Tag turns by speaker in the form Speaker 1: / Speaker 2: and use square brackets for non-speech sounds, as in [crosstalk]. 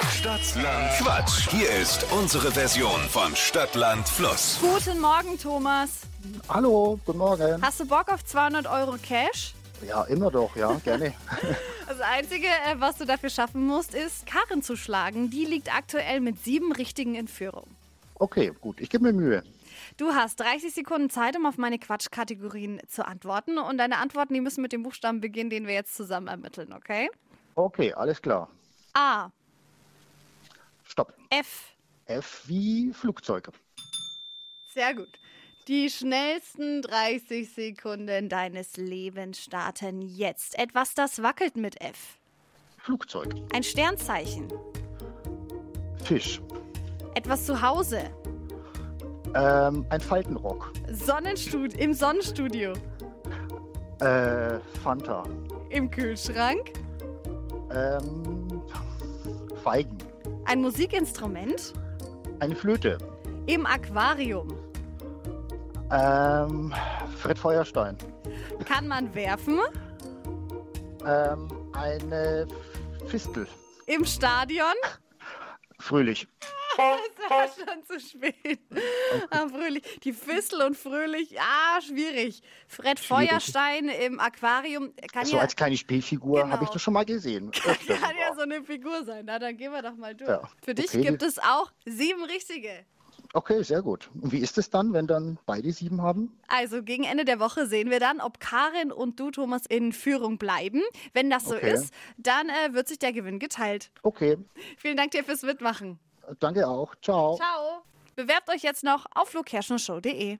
Speaker 1: Stadtland Quatsch. Hier ist unsere Version von Stadtland Fluss.
Speaker 2: Guten Morgen, Thomas.
Speaker 3: Hallo, guten Morgen.
Speaker 2: Hast du Bock auf 200 Euro Cash?
Speaker 3: Ja, immer doch, ja,
Speaker 2: [laughs]
Speaker 3: gerne.
Speaker 2: Das Einzige, äh, was du dafür schaffen musst, ist, Karin zu schlagen. Die liegt aktuell mit sieben Richtigen in Führung.
Speaker 3: Okay, gut, ich gebe mir Mühe.
Speaker 2: Du hast 30 Sekunden Zeit, um auf meine Quatschkategorien zu antworten. Und deine Antworten, die müssen mit dem Buchstaben beginnen, den wir jetzt zusammen ermitteln, okay?
Speaker 3: Okay, alles klar.
Speaker 2: A,
Speaker 3: Stopp.
Speaker 2: F.
Speaker 3: F wie Flugzeug.
Speaker 2: Sehr gut. Die schnellsten 30 Sekunden deines Lebens starten jetzt. Etwas, das wackelt mit F.
Speaker 3: Flugzeug.
Speaker 2: Ein Sternzeichen.
Speaker 3: Fisch.
Speaker 2: Etwas zu Hause.
Speaker 3: Ähm, ein Faltenrock.
Speaker 2: Sonnenstud im Sonnenstudio.
Speaker 3: Äh, Fanta.
Speaker 2: Im Kühlschrank.
Speaker 3: Ähm, Feigen.
Speaker 2: Ein Musikinstrument.
Speaker 3: Eine Flöte.
Speaker 2: Im Aquarium.
Speaker 3: Ähm, Fred Feuerstein.
Speaker 2: Kann man werfen.
Speaker 3: Ähm, eine Fistel.
Speaker 2: Im Stadion. [laughs]
Speaker 3: Fröhlich.
Speaker 2: Es war schon zu spät. Ah, fröhlich. Die Fistel und Fröhlich. Ah, schwierig. Fred
Speaker 3: Schwierig.
Speaker 2: Feuerstein im Aquarium. Kann
Speaker 3: So
Speaker 2: ja,
Speaker 3: als kleine Spielfigur
Speaker 2: Genau.
Speaker 3: habe ich das schon
Speaker 2: [laughs]
Speaker 3: mal gesehen. Öfter
Speaker 2: kann ja
Speaker 3: sogar.
Speaker 2: so eine Figur sein. Na, dann gehen wir doch mal durch.
Speaker 3: Ja.
Speaker 2: Für dich
Speaker 3: Okay.
Speaker 2: gibt es auch sieben richtige.
Speaker 3: Okay, sehr gut. Und wie ist es dann, wenn dann beide sieben haben?
Speaker 2: Also gegen Ende der Woche sehen wir dann, ob Karin und du, Thomas, in Führung bleiben. Wenn das so
Speaker 3: Okay.
Speaker 2: ist, dann äh, wird sich der Gewinn geteilt.
Speaker 3: Okay,
Speaker 2: Vielen Dank dir fürs Mitmachen.
Speaker 3: danke auch. Ciao.
Speaker 2: Ciao. Bewerbt euch jetzt noch auf lokerschenshow.de.